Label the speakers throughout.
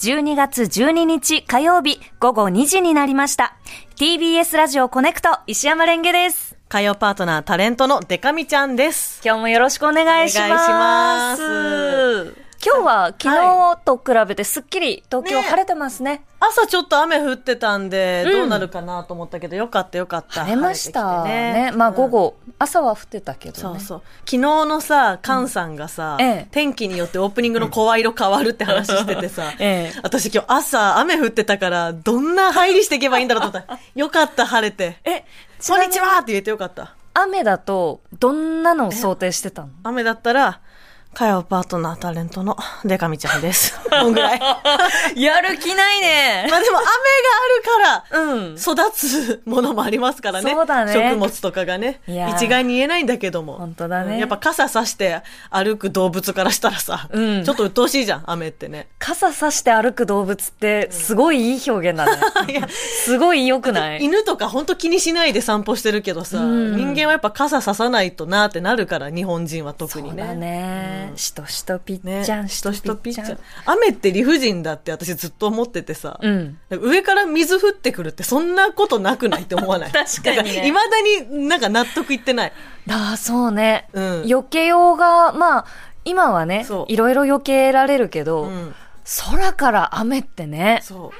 Speaker 1: 12月12日火曜日午後2時になりました。TBS ラジオコネクト石山レンゲです。
Speaker 2: 火曜パートナータレントのデカミちゃんです。
Speaker 1: 今日もよろしくお願いします。
Speaker 2: お願
Speaker 1: 今日は昨日と比べてすっきり東京
Speaker 2: ね
Speaker 1: 晴れてますね。
Speaker 2: 朝ちょっと雨降ってたんで、
Speaker 1: うん
Speaker 2: どうなるかなと思ったけど、よかったよかった。
Speaker 1: 晴れました
Speaker 2: 晴れてき
Speaker 1: ね
Speaker 2: て
Speaker 1: まあ午、
Speaker 2: うん
Speaker 1: 後、朝は降ってたけどね。
Speaker 2: そうそう。昨日のさ、カンさんがさ、
Speaker 1: うんええ、
Speaker 2: 天気によってオープニングの声色変わるって話しててさ
Speaker 1: ええ
Speaker 2: 私今日朝雨降ってたから、どんな入りしていけばいいんだろうと思ったら、よかった晴れて。
Speaker 1: え、
Speaker 2: こんにちはって言えてよかった。
Speaker 1: 雨だとどんなのを想定してた の
Speaker 2: 雨だったら、火曜パートナータレントのデカミちゃ んです。こんぐらい。
Speaker 1: やる気ないね
Speaker 2: まあでも雨があるから、
Speaker 1: うん。
Speaker 2: 育つものもありますからね。
Speaker 1: そうだね
Speaker 2: 食物とかがね。
Speaker 1: いやー
Speaker 2: 一概に言えないんだけども。
Speaker 1: 本当だね
Speaker 2: うんやっぱ傘さして歩く動物からしたらさ、
Speaker 1: うん
Speaker 2: ちょっと鬱陶しいじゃん、雨ってね。
Speaker 1: 傘さして歩く動物ってすごいいい表現だね。
Speaker 2: いや
Speaker 1: すごい良くない
Speaker 2: 犬とか本当気にしないで散歩してるけどさ、
Speaker 1: うん
Speaker 2: 人間はやっぱ傘ささないとなってなるから、日本人は特
Speaker 1: そ
Speaker 2: に
Speaker 1: う
Speaker 2: ね。
Speaker 1: だね。しとしとぴっ
Speaker 2: ね。
Speaker 1: ちゃん、
Speaker 2: しとしとピッチャ
Speaker 1: ん
Speaker 2: ー。。雨って理不尽だって私ずっと思っててさ。
Speaker 1: うん。
Speaker 2: 上から水降ってくるってそんなことなくないって思わな い
Speaker 1: 確かにね
Speaker 2: いまだになんか納得いってない。
Speaker 1: ああ、そうね。
Speaker 2: うん
Speaker 1: 避けようが、まあ、今はね
Speaker 2: そ、う
Speaker 1: いろいろ避けられるけど、
Speaker 2: うん
Speaker 1: 空から雨ってね。
Speaker 2: そう。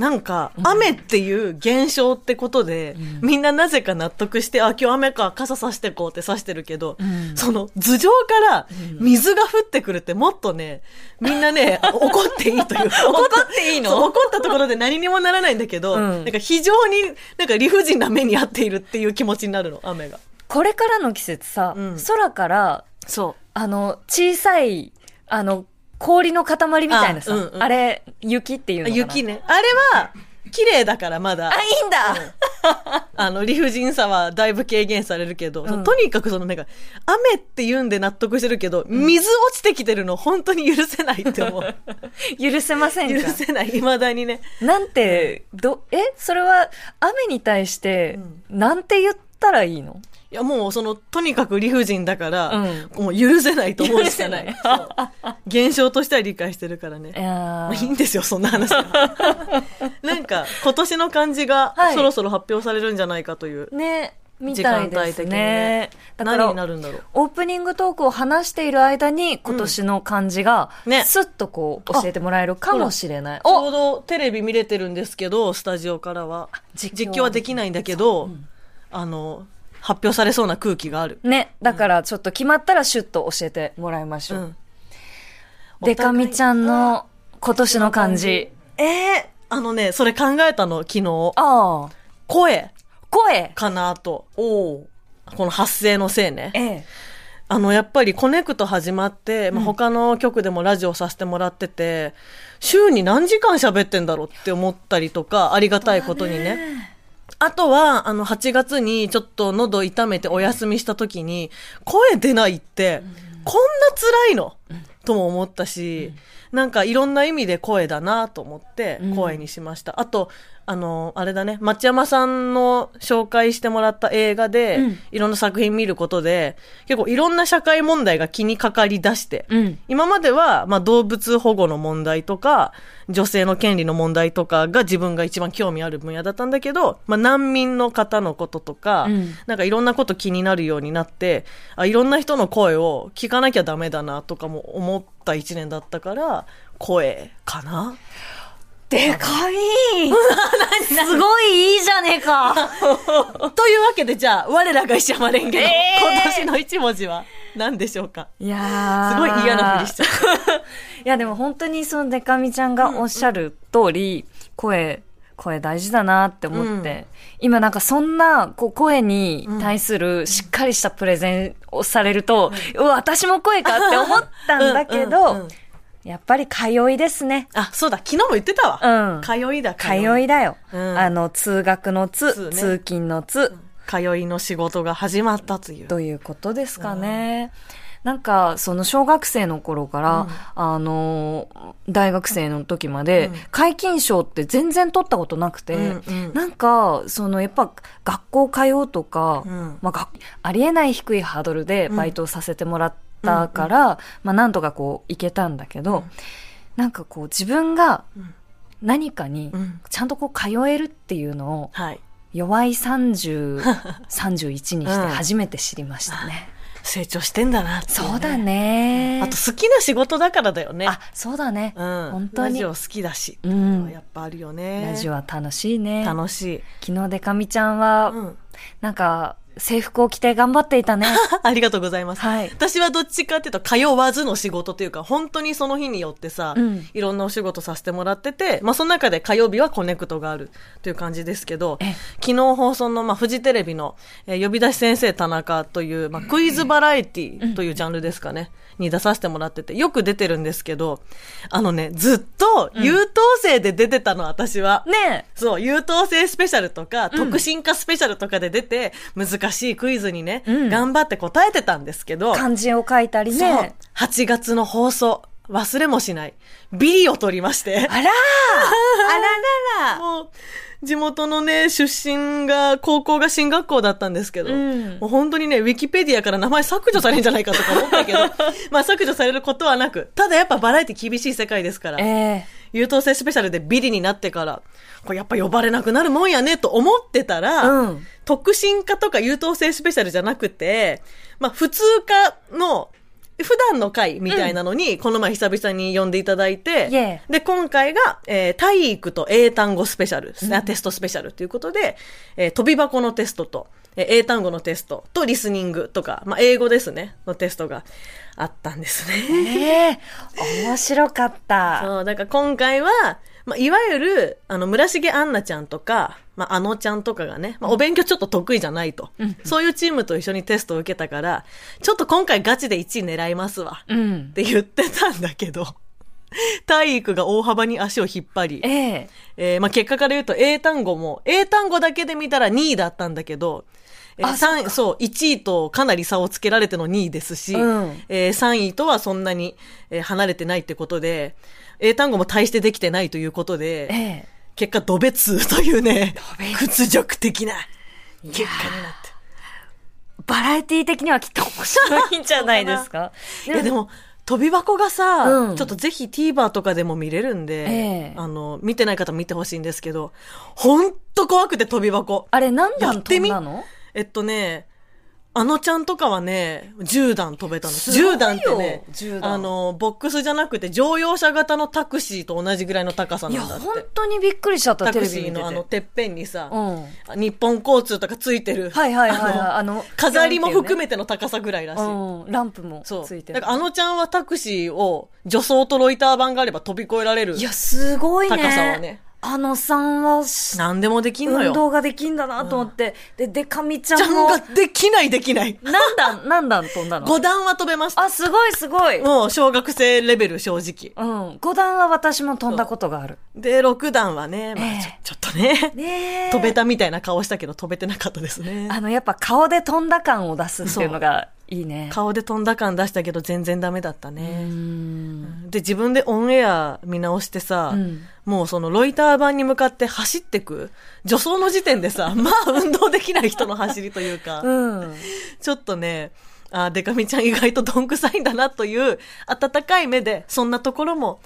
Speaker 2: なんか、雨っていう現象ってことで、みんななぜか納得して、あ、今日雨か、傘さしてこうってさしてるけど、
Speaker 1: ん
Speaker 2: その頭上から水が降ってくるってもっとね、みんな ね、怒っていいというか。怒っていいの怒ったところで何にもならないんだけど、
Speaker 1: うん
Speaker 2: なんか非常になんか理不尽な目に遭っているっていう気持ちになるの、雨が。
Speaker 1: これからの季節さ、
Speaker 2: うん
Speaker 1: 空から、
Speaker 2: そう。
Speaker 1: あの、小さい、あの、氷の塊みたいなさ、あ,、
Speaker 2: あうんうん
Speaker 1: れ、雪っていうのかな
Speaker 2: 雪ね。あれは、綺麗だからまだ
Speaker 1: あ、、いいんだ、
Speaker 2: あの、理不尽さはだいぶ軽減されるけど、
Speaker 1: うん
Speaker 2: とにかくそのなんか、雨って言うんで納得してるけど、水落ちてきてるの本当に許せないって 思う。
Speaker 1: 許せません
Speaker 2: 許
Speaker 1: か
Speaker 2: せない、未だにね。
Speaker 1: なんて、ど、えそれは、雨に対して、なんて言ったらいいの
Speaker 2: いや、もうその、とにかく理不尽だから、
Speaker 1: うん
Speaker 2: もう許せないと思うしかない。
Speaker 1: 許
Speaker 2: そう現象としては理解してるから
Speaker 1: い
Speaker 2: ね。
Speaker 1: や
Speaker 2: まあいい
Speaker 1: ー
Speaker 2: んですよ、そんな 話はなんか、今年の漢字が
Speaker 1: はい
Speaker 2: そろそろ発表されるんじゃないかという。
Speaker 1: ね、みたい
Speaker 2: 時間
Speaker 1: で
Speaker 2: 帯
Speaker 1: す
Speaker 2: 的に
Speaker 1: ね
Speaker 2: ね。
Speaker 1: だか
Speaker 2: 何にな
Speaker 1: ら、
Speaker 2: るんだろう。
Speaker 1: オープニングトークを話している間に、今年の漢字が、
Speaker 2: うんね
Speaker 1: スッとこう、教えてもらえるかもしれない。
Speaker 2: ちょうどテレビ見れてるんですけど、スタジオからは。
Speaker 1: 実
Speaker 2: 実
Speaker 1: 況
Speaker 2: 況
Speaker 1: は
Speaker 2: はできないんだけど、あの、発表されそうな空気がある。
Speaker 1: ね、だからちょっと決まったらシュッと教えてもらいまし
Speaker 2: う
Speaker 1: ょう。
Speaker 2: ん。
Speaker 1: でかみちゃんの今年の漢字。
Speaker 2: ええあのね、それ考えたの、昨日。
Speaker 1: ああ、
Speaker 2: 声
Speaker 1: 声。
Speaker 2: かなと。おこの発声のせいね。
Speaker 1: ええ。
Speaker 2: あの、やっぱりコネクト始まって、まあ、他の局でもラジオさせてもらってて、週に何時間喋ってんだろうって思ったりとか、ありがたいことにね。あとは、あの、8月にちょっと喉痛めてお休みした時に、声出ないって、こんな辛いの、とも思ったし、なんかいろんな意味で声だなと思って
Speaker 1: うん、
Speaker 2: 声にしました。あと、あの、あれだね、町山さんの紹介してもらった映画で、
Speaker 1: うん
Speaker 2: いろんな作品見ることで、結構いろんな社会問題が気にかかり出して、
Speaker 1: うん。
Speaker 2: 今までは、まあ、動物保護の問題とか、女性の権利の問題とかが自分が一番興味ある分野だったんだけど、まあ、難民の方のこととか、
Speaker 1: うん
Speaker 2: なんかいろんなこと気になるようになってあ、いろんな人の声を聞かなきゃダメだなとかも思った一年だったから、声かな
Speaker 1: で かいすごいいいじゃねえか
Speaker 2: というわけで、じゃあ、我らが石山レン ゲの
Speaker 1: えー
Speaker 2: 今年の一文字は何でしょうか
Speaker 1: いやー
Speaker 2: すごい嫌なふりしちゃっ
Speaker 1: いやでも本当にそのでかみちゃんがおっしゃる通り、声、声大事だなって思って、今なんかそんなこう声に対するしっかりしたプレゼンをされると、うわ私も声かって思った
Speaker 2: た。
Speaker 1: んだけ
Speaker 2: うんうんう
Speaker 1: ど
Speaker 2: ん、
Speaker 1: やっぱり通いですね。
Speaker 2: あ、そうだ、昨日も言ってたわ。
Speaker 1: うん。
Speaker 2: 通いだ、
Speaker 1: 通いだよ。
Speaker 2: うん
Speaker 1: あの、通学の
Speaker 2: 通
Speaker 1: 通、
Speaker 2: ね
Speaker 1: 通勤の通、
Speaker 2: 通いの仕事が始まったという。
Speaker 1: ということですかね。なんか、その小学生の頃から、あのー、大学生の時まで、
Speaker 2: うん
Speaker 1: 皆勤賞って全然取ったことなくて、
Speaker 2: うんうん
Speaker 1: なんか、そのやっぱ学校通うとか、
Speaker 2: うん
Speaker 1: まあが、ありえない低いハードルでバイトをさせてもらったから、まあなんとかこう行けたんだけど、なんかこう自分が
Speaker 2: うん
Speaker 1: 何かに
Speaker 2: うん
Speaker 1: ちゃんとこう通えるっていうのを
Speaker 2: はい。
Speaker 1: 弱い30、31にして初めて知りましたね。
Speaker 2: 成長してんだなっていね
Speaker 1: そうだ。ね。
Speaker 2: あと好きな仕事だからだよね。
Speaker 1: あ、そうだね
Speaker 2: う。ん。
Speaker 1: 本当に
Speaker 2: ラジオ好きだし。
Speaker 1: うん
Speaker 2: やっぱあるよね。
Speaker 1: ラジオは楽しいね。
Speaker 2: 楽しい。
Speaker 1: 昨日でかみちゃんは、
Speaker 2: うん。
Speaker 1: なんか、制服を着て頑張っていた ね。
Speaker 2: ありがとうございます。
Speaker 1: はい。
Speaker 2: 私はどっちかっていうと、通わずの仕事というか、本当にその日によってさ、
Speaker 1: うん
Speaker 2: いろんなお仕事させてもらってて、まあその中で火曜日はコネクトがあるという感じですけど
Speaker 1: え、
Speaker 2: 昨日放送の、まあ、フジテレビの、えー呼び出し先生田中という、まあ、クイズバラエティというジャンルですかね、に出させてもらってて、よく出てるんですけど、あのね、ずっと優等生で出てたの、私は。
Speaker 1: ね
Speaker 2: そう、優等生スペシャルとか、特進化スペシャルとかで出て、難しいクイズにね、
Speaker 1: うん
Speaker 2: 頑張って答えてたんですけど、
Speaker 1: え、漢字を書いたり
Speaker 2: そう
Speaker 1: ね。、
Speaker 2: 8月の放送、忘れもしない、ビリを取りまして、
Speaker 1: あらーあららら
Speaker 2: もう、地元のね、出身が、高校が進学校だったんですけど、
Speaker 1: うん
Speaker 2: もう本当にね、ウィキペディアから名前削除されるんじゃないかとか思った けど、まあ削除されることはなく、ただやっぱバラエティ厳しい世界ですから、
Speaker 1: え
Speaker 2: 優等生スペシャルでビリになってから、これやっぱ呼ばれなくなるもんやねと思ってた
Speaker 1: え
Speaker 2: ら、
Speaker 1: うん。
Speaker 2: 特進化とか優等生スペシャルじゃなくて、まあ普通科の、普段の会みたいなのに、この前久々に呼んでいただいて、
Speaker 1: イエ
Speaker 2: で、今回が、えー体育と英単語スペシャル、あテストスペシャルということで、えー飛び箱のテストと、えー英単語のテストとリスニングとか、まあ英語ですね、のテストがあったんですね。
Speaker 1: ええ面白かった。
Speaker 2: そう、だから今回は、まあ、いわゆる、あの、村重杏奈ちゃんとか、まあ、あのちゃんとかがね、まあ、お勉強ちょっと得意じゃないと、そういうチームと一緒にテストを受けたから、ちょっと今回ガチで1位狙いますわ。っ
Speaker 1: うん。
Speaker 2: て言ってたんだけど、 体育が大幅に足を引っ張り、
Speaker 1: ええ
Speaker 2: えーまあ、結果から言うと英単語も、英単語だけで見たら2位だったんだけど、えー
Speaker 1: あ
Speaker 2: 三そう、1位とかなり差をつけられての2位ですし、
Speaker 1: うん
Speaker 2: え3位とはそんなに、えー離れてないってことで、英単語も大してできてないということ
Speaker 1: え
Speaker 2: で、
Speaker 1: え
Speaker 2: 結果、ドベツというね
Speaker 1: ベ、
Speaker 2: 屈辱的な結果になって。
Speaker 1: バラエティ的にはきっと面白いんじゃない ですか。
Speaker 2: いやでも、飛び箱がさ、
Speaker 1: うん
Speaker 2: ちょっとぜひ TVer とかでも見れるんで、
Speaker 1: ええ
Speaker 2: あの、見てない方も見てほしいんですけど、ほんと怖くて飛び箱。
Speaker 1: あれ何
Speaker 2: や
Speaker 1: 段
Speaker 2: って
Speaker 1: 飛
Speaker 2: み
Speaker 1: んだの
Speaker 2: えっとね、あのちゃんとかはね、10段飛べたの。
Speaker 1: すごいよ
Speaker 2: 10段ってね、
Speaker 1: 10段
Speaker 2: あの、ボックスじゃなくて乗用車型のタクシーと同じぐらいの高さ
Speaker 1: いや、
Speaker 2: なんだって
Speaker 1: 本。当にびっくりしちゃった、
Speaker 2: タ
Speaker 1: テ
Speaker 2: ク
Speaker 1: レ
Speaker 2: シ
Speaker 1: ビ
Speaker 2: ー
Speaker 1: 見て
Speaker 2: のあの
Speaker 1: て。
Speaker 2: てっぺんにさ、
Speaker 1: うん。 はい
Speaker 2: 日本交通とかついてる。
Speaker 1: はいはいはい。
Speaker 2: あの
Speaker 1: あの、
Speaker 2: 飾りも含
Speaker 1: め
Speaker 2: めての高さぐらいらしい。
Speaker 1: うん、ランプも
Speaker 2: そう。
Speaker 1: ついて
Speaker 2: だ
Speaker 1: る
Speaker 2: から。あのちゃんはタクシーを助走とロイター版があれば飛び越えられる
Speaker 1: い。や、すごいね。
Speaker 2: 高さはね
Speaker 1: あのさんはし、
Speaker 2: なんでもできんの
Speaker 1: 運
Speaker 2: よ。
Speaker 1: 動ができんだなと思って、で、でかみちゃ
Speaker 2: ちゃ
Speaker 1: ん
Speaker 2: ん
Speaker 1: も、
Speaker 2: ができないできない。
Speaker 1: 何段、何段飛んだの
Speaker 2: 5段は飛べました。
Speaker 1: あ、すごいすごい。う
Speaker 2: もう小学生レベル正直。
Speaker 1: ん。5段は私も飛んだことがある。
Speaker 2: で、6段はね、まあちょ
Speaker 1: ええ
Speaker 2: ちょっとね、
Speaker 1: ねえ。
Speaker 2: 飛べたみたいな顔したけど飛べてなかったですね。
Speaker 1: あの、やっぱ顔で飛んだ感を出すっていうのがいいね。
Speaker 2: 顔で飛んだ感出したけど全然ダメだった
Speaker 1: う
Speaker 2: ね。
Speaker 1: ん。
Speaker 2: で、自分でオンエア見直してさ、
Speaker 1: うん
Speaker 2: もうそのロイター版に向かって走ってく、助走の時点で さ、まあ運動できない人の走りというか、
Speaker 1: うん。
Speaker 2: ちょっとね、あーデカミちゃん意外とどんくさいんだなという、温かい目で、そんなところも、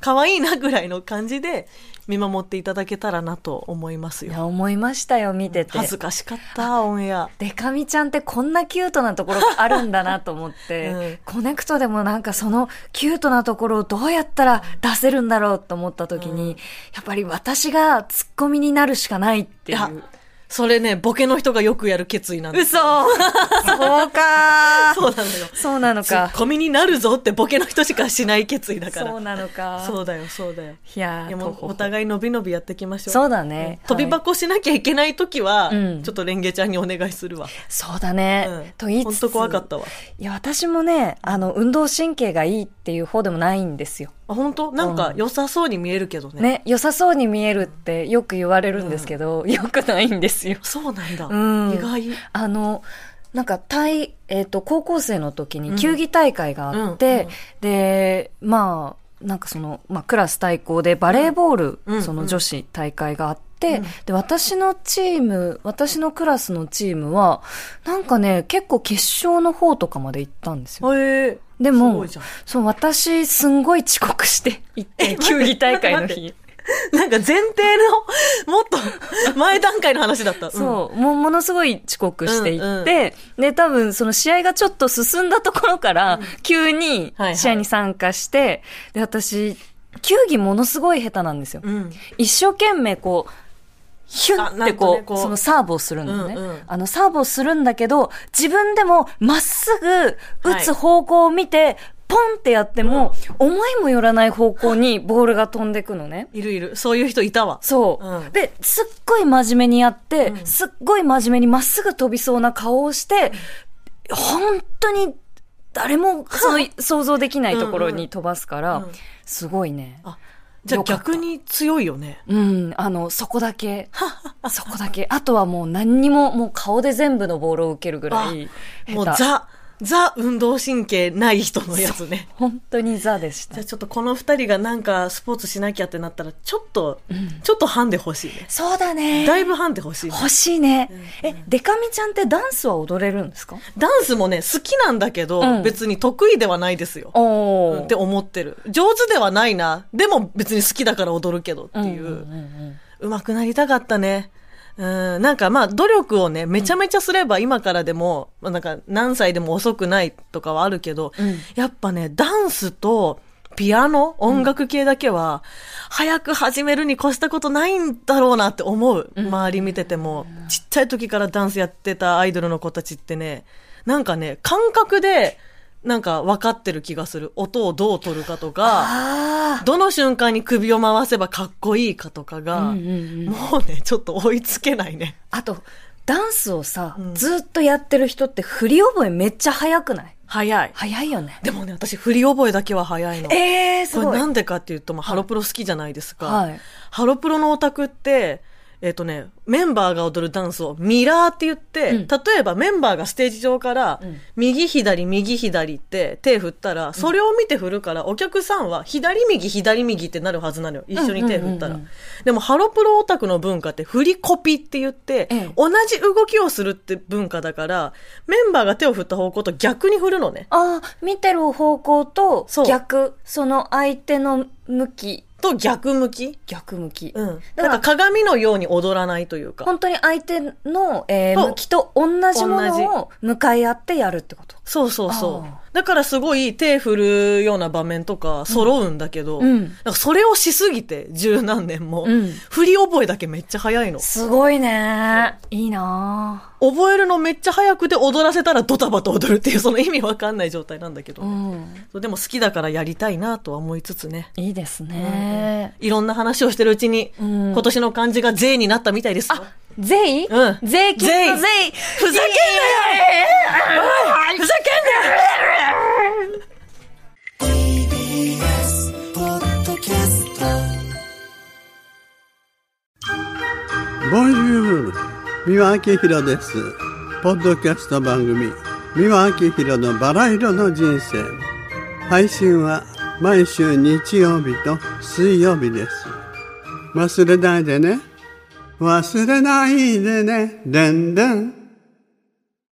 Speaker 2: 可愛いなぐらいの感じで、見守っていただけたらなと思います
Speaker 1: い
Speaker 2: よ。
Speaker 1: や、思いましたよ、見てて。
Speaker 2: 恥ずかしかった、オンエア。
Speaker 1: デカミちゃんってこんなキュートなところがあるんだなと思っ
Speaker 2: うん
Speaker 1: て、コネクトでもなんかそのキュートなところをどうやったら出せるんだろうと思った時に、やっぱり私がツッコミになるしかないって
Speaker 2: い
Speaker 1: い
Speaker 2: や
Speaker 1: う。、
Speaker 2: それね、ボケの人がよくやる決意なんで す
Speaker 1: 嘘そうか
Speaker 2: そうなのよ。
Speaker 1: そうなの
Speaker 2: ツッ
Speaker 1: か。
Speaker 2: コミになるぞってボケの人しかしない決意だから。
Speaker 1: そうなのか。
Speaker 2: そうだよ、そうだよ。
Speaker 1: いや
Speaker 2: いやもうお
Speaker 1: い
Speaker 2: 互い伸び伸びやっていきましょう。
Speaker 1: そうだね。
Speaker 2: 飛び
Speaker 1: はい
Speaker 2: 箱しなきゃいけないときは、
Speaker 1: うん
Speaker 2: ちょっとレンゲちゃんにお願いするわ。
Speaker 1: そうだね。と言い
Speaker 2: 本
Speaker 1: つ
Speaker 2: 当
Speaker 1: つ。
Speaker 2: 怖かったわ。
Speaker 1: いや、私もね、あの、運動神経がいいっていう方でもないんですよ。
Speaker 2: あ、本当なんか良さそうに見えるけどね。
Speaker 1: ね、良さそうに見えるってよく言われるんですけど、良くないんですよ。
Speaker 2: そうなんだ。
Speaker 1: うん
Speaker 2: 意外。
Speaker 1: あの、なんか、体、えっ、と、高校生の時に球技大会があって、
Speaker 2: うんうん
Speaker 1: で、まあ、なんかその、まあ、クラス対抗でバレーボール、
Speaker 2: うん
Speaker 1: その女子大会があって、 、で、私のチーム、私のクラスのチームは、なんかね、結構決勝の方とかまで行ったんですよ。
Speaker 2: ええ
Speaker 1: です
Speaker 2: ご
Speaker 1: も
Speaker 2: いじゃ、
Speaker 1: そう、私、すんごい遅刻して行って、球技大会の
Speaker 2: 待って
Speaker 1: 日。
Speaker 2: なんか前提の、もっと前段階の話だった。
Speaker 1: そう、も、ものすごい遅刻していって、
Speaker 2: うんうん
Speaker 1: で、多分その試合がちょっと進んだところから、急に
Speaker 2: はいはい
Speaker 1: 試合に参加して、で、私、球技ものすごい下手なんですよ。
Speaker 2: うん。うん。
Speaker 1: 一生懸命こう、ヒュ
Speaker 2: あ
Speaker 1: ンっ
Speaker 2: な
Speaker 1: て
Speaker 2: んと
Speaker 1: こう、
Speaker 2: ねこう
Speaker 1: そのサーブをするんだよね、
Speaker 2: うんうん
Speaker 1: あの、サーブをするんだけど、自分でもまっすぐ打
Speaker 2: はい
Speaker 1: つ方向を見て、ポンってやっても、思いもよらない方向にボールが飛んでくのね。
Speaker 2: いるいる。そういう人いたわ。
Speaker 1: そう、
Speaker 2: うん
Speaker 1: で、すっごい真面目にやって、すっごい真面目にまっすぐ飛びそうな顔をして、本当に誰もその想像できないところに飛ばすから、
Speaker 2: うんうん
Speaker 1: すごいね。
Speaker 2: あ、じゃあ
Speaker 1: よかった
Speaker 2: 逆に強いよね。
Speaker 1: うん、あの、そこだけ。そこだけ。あとはもう何にも、もう顔で全部のボールを受けるぐらい下手。
Speaker 2: もうザ、ザ運動神経ない人のやつね。
Speaker 1: 本当にザでした
Speaker 2: じゃあ。ちょっとこの二人がなんかスポーツしなきゃってなったら、ちょっと、ちょっとハンデ欲しいね。
Speaker 1: そうだね。
Speaker 2: だいぶハンデ欲しいね。
Speaker 1: 欲しいね。え、デカミちゃんってダンスは踊れるんですか
Speaker 2: ダンスもね、好きなんだけど、
Speaker 1: うん
Speaker 2: 別に得意ではないですよ。
Speaker 1: お
Speaker 2: うん
Speaker 1: ー
Speaker 2: って思ってる。上手ではないな。でも別に好きだから踊るけどって
Speaker 1: うん
Speaker 2: いうう。
Speaker 1: んうんうん
Speaker 2: うまくなりたかったね。うん、なんかまあ努力をね、めちゃめちゃすれば今からでも、まあなんか何歳でも遅くないとかはあるけど、
Speaker 1: うん
Speaker 2: やっぱね、ダンスとピアノ、音楽系だけは、早く始めるに越したことないんだろうなって思う。周り見てても、ちっちゃい時からダンスやってたアイドルの子たちってね、なんかね、感覚で、なんか分かってる気がする。音をどう取るかとか、
Speaker 1: あ
Speaker 2: どの瞬間に首を回せばかっこいいかとか
Speaker 1: あ。
Speaker 2: が、
Speaker 1: うんうんうん
Speaker 2: もうね、ちょっと追いつけないね。
Speaker 1: あと、ダンスをさ、
Speaker 2: うん
Speaker 1: ずっとやってる人って振り覚えめっちゃ早くない
Speaker 2: 早い。
Speaker 1: 早いよね。
Speaker 2: でもね、私、振り覚えだけは早いの。
Speaker 1: えー、す
Speaker 2: こ
Speaker 1: ご
Speaker 2: れ
Speaker 1: い。
Speaker 2: なんでかっていうと、まあ、ハロプロ好きじゃないですか。
Speaker 1: はい。
Speaker 2: ハロプロのオタクって、えっ、とね、メンバーが踊るダンスをミラーって言って、
Speaker 1: うん
Speaker 2: 例えばメンバーがステージ上から、
Speaker 1: うん
Speaker 2: 右左右左って手振ったら、それを見て振るから、お客さんは左右左右ってなるはずなのよ。一緒に手振ったら。
Speaker 1: うんうんうんうん
Speaker 2: でも、ハロプロオタクの文化って、振りコピって言って、
Speaker 1: ええ
Speaker 2: 同じ動きをするって文化だから、メンバーが手を振った方向と逆に振るのね。
Speaker 1: ああ、見てる方向と
Speaker 2: そう
Speaker 1: 逆、その相手の向き、
Speaker 2: と逆向き。
Speaker 1: 逆向き。
Speaker 2: うん。
Speaker 1: だから
Speaker 2: だから鏡のように踊らないというか。
Speaker 1: 本当に相手の、えー
Speaker 2: そう
Speaker 1: 向きと同じものを向かい合ってやるってこと。
Speaker 2: そうそうそ
Speaker 1: あ
Speaker 2: う。だからすごい手振るような場面とか揃うんだけど、
Speaker 1: うん
Speaker 2: なんかそれをしすぎて、十何年も、
Speaker 1: うん
Speaker 2: 振り覚えだけめっちゃ早いの。
Speaker 1: すごいね。いいな
Speaker 2: 覚えるのめっちゃ早くで踊らせたらドタバタ踊るっていう、その意味わかんない状態なんだけど、
Speaker 1: ぁうん。
Speaker 2: そうでも好きだからやりたいなとは思いつつね。
Speaker 1: いいですね。
Speaker 2: いろんな話をしてるうちに、
Speaker 1: ん
Speaker 2: 今年の漢字が税になったみたいですよ。
Speaker 1: ぜい
Speaker 2: うん
Speaker 1: ぜいきっとぜい
Speaker 2: ぜふざけんなよふざけんなよ
Speaker 3: Bonjour! 三輪明宏です。ポッドキャスト番組、三輪明宏のバラ色の人生。配信は毎週日曜日と水曜日です。忘れないでね。忘れないでね。でんでん。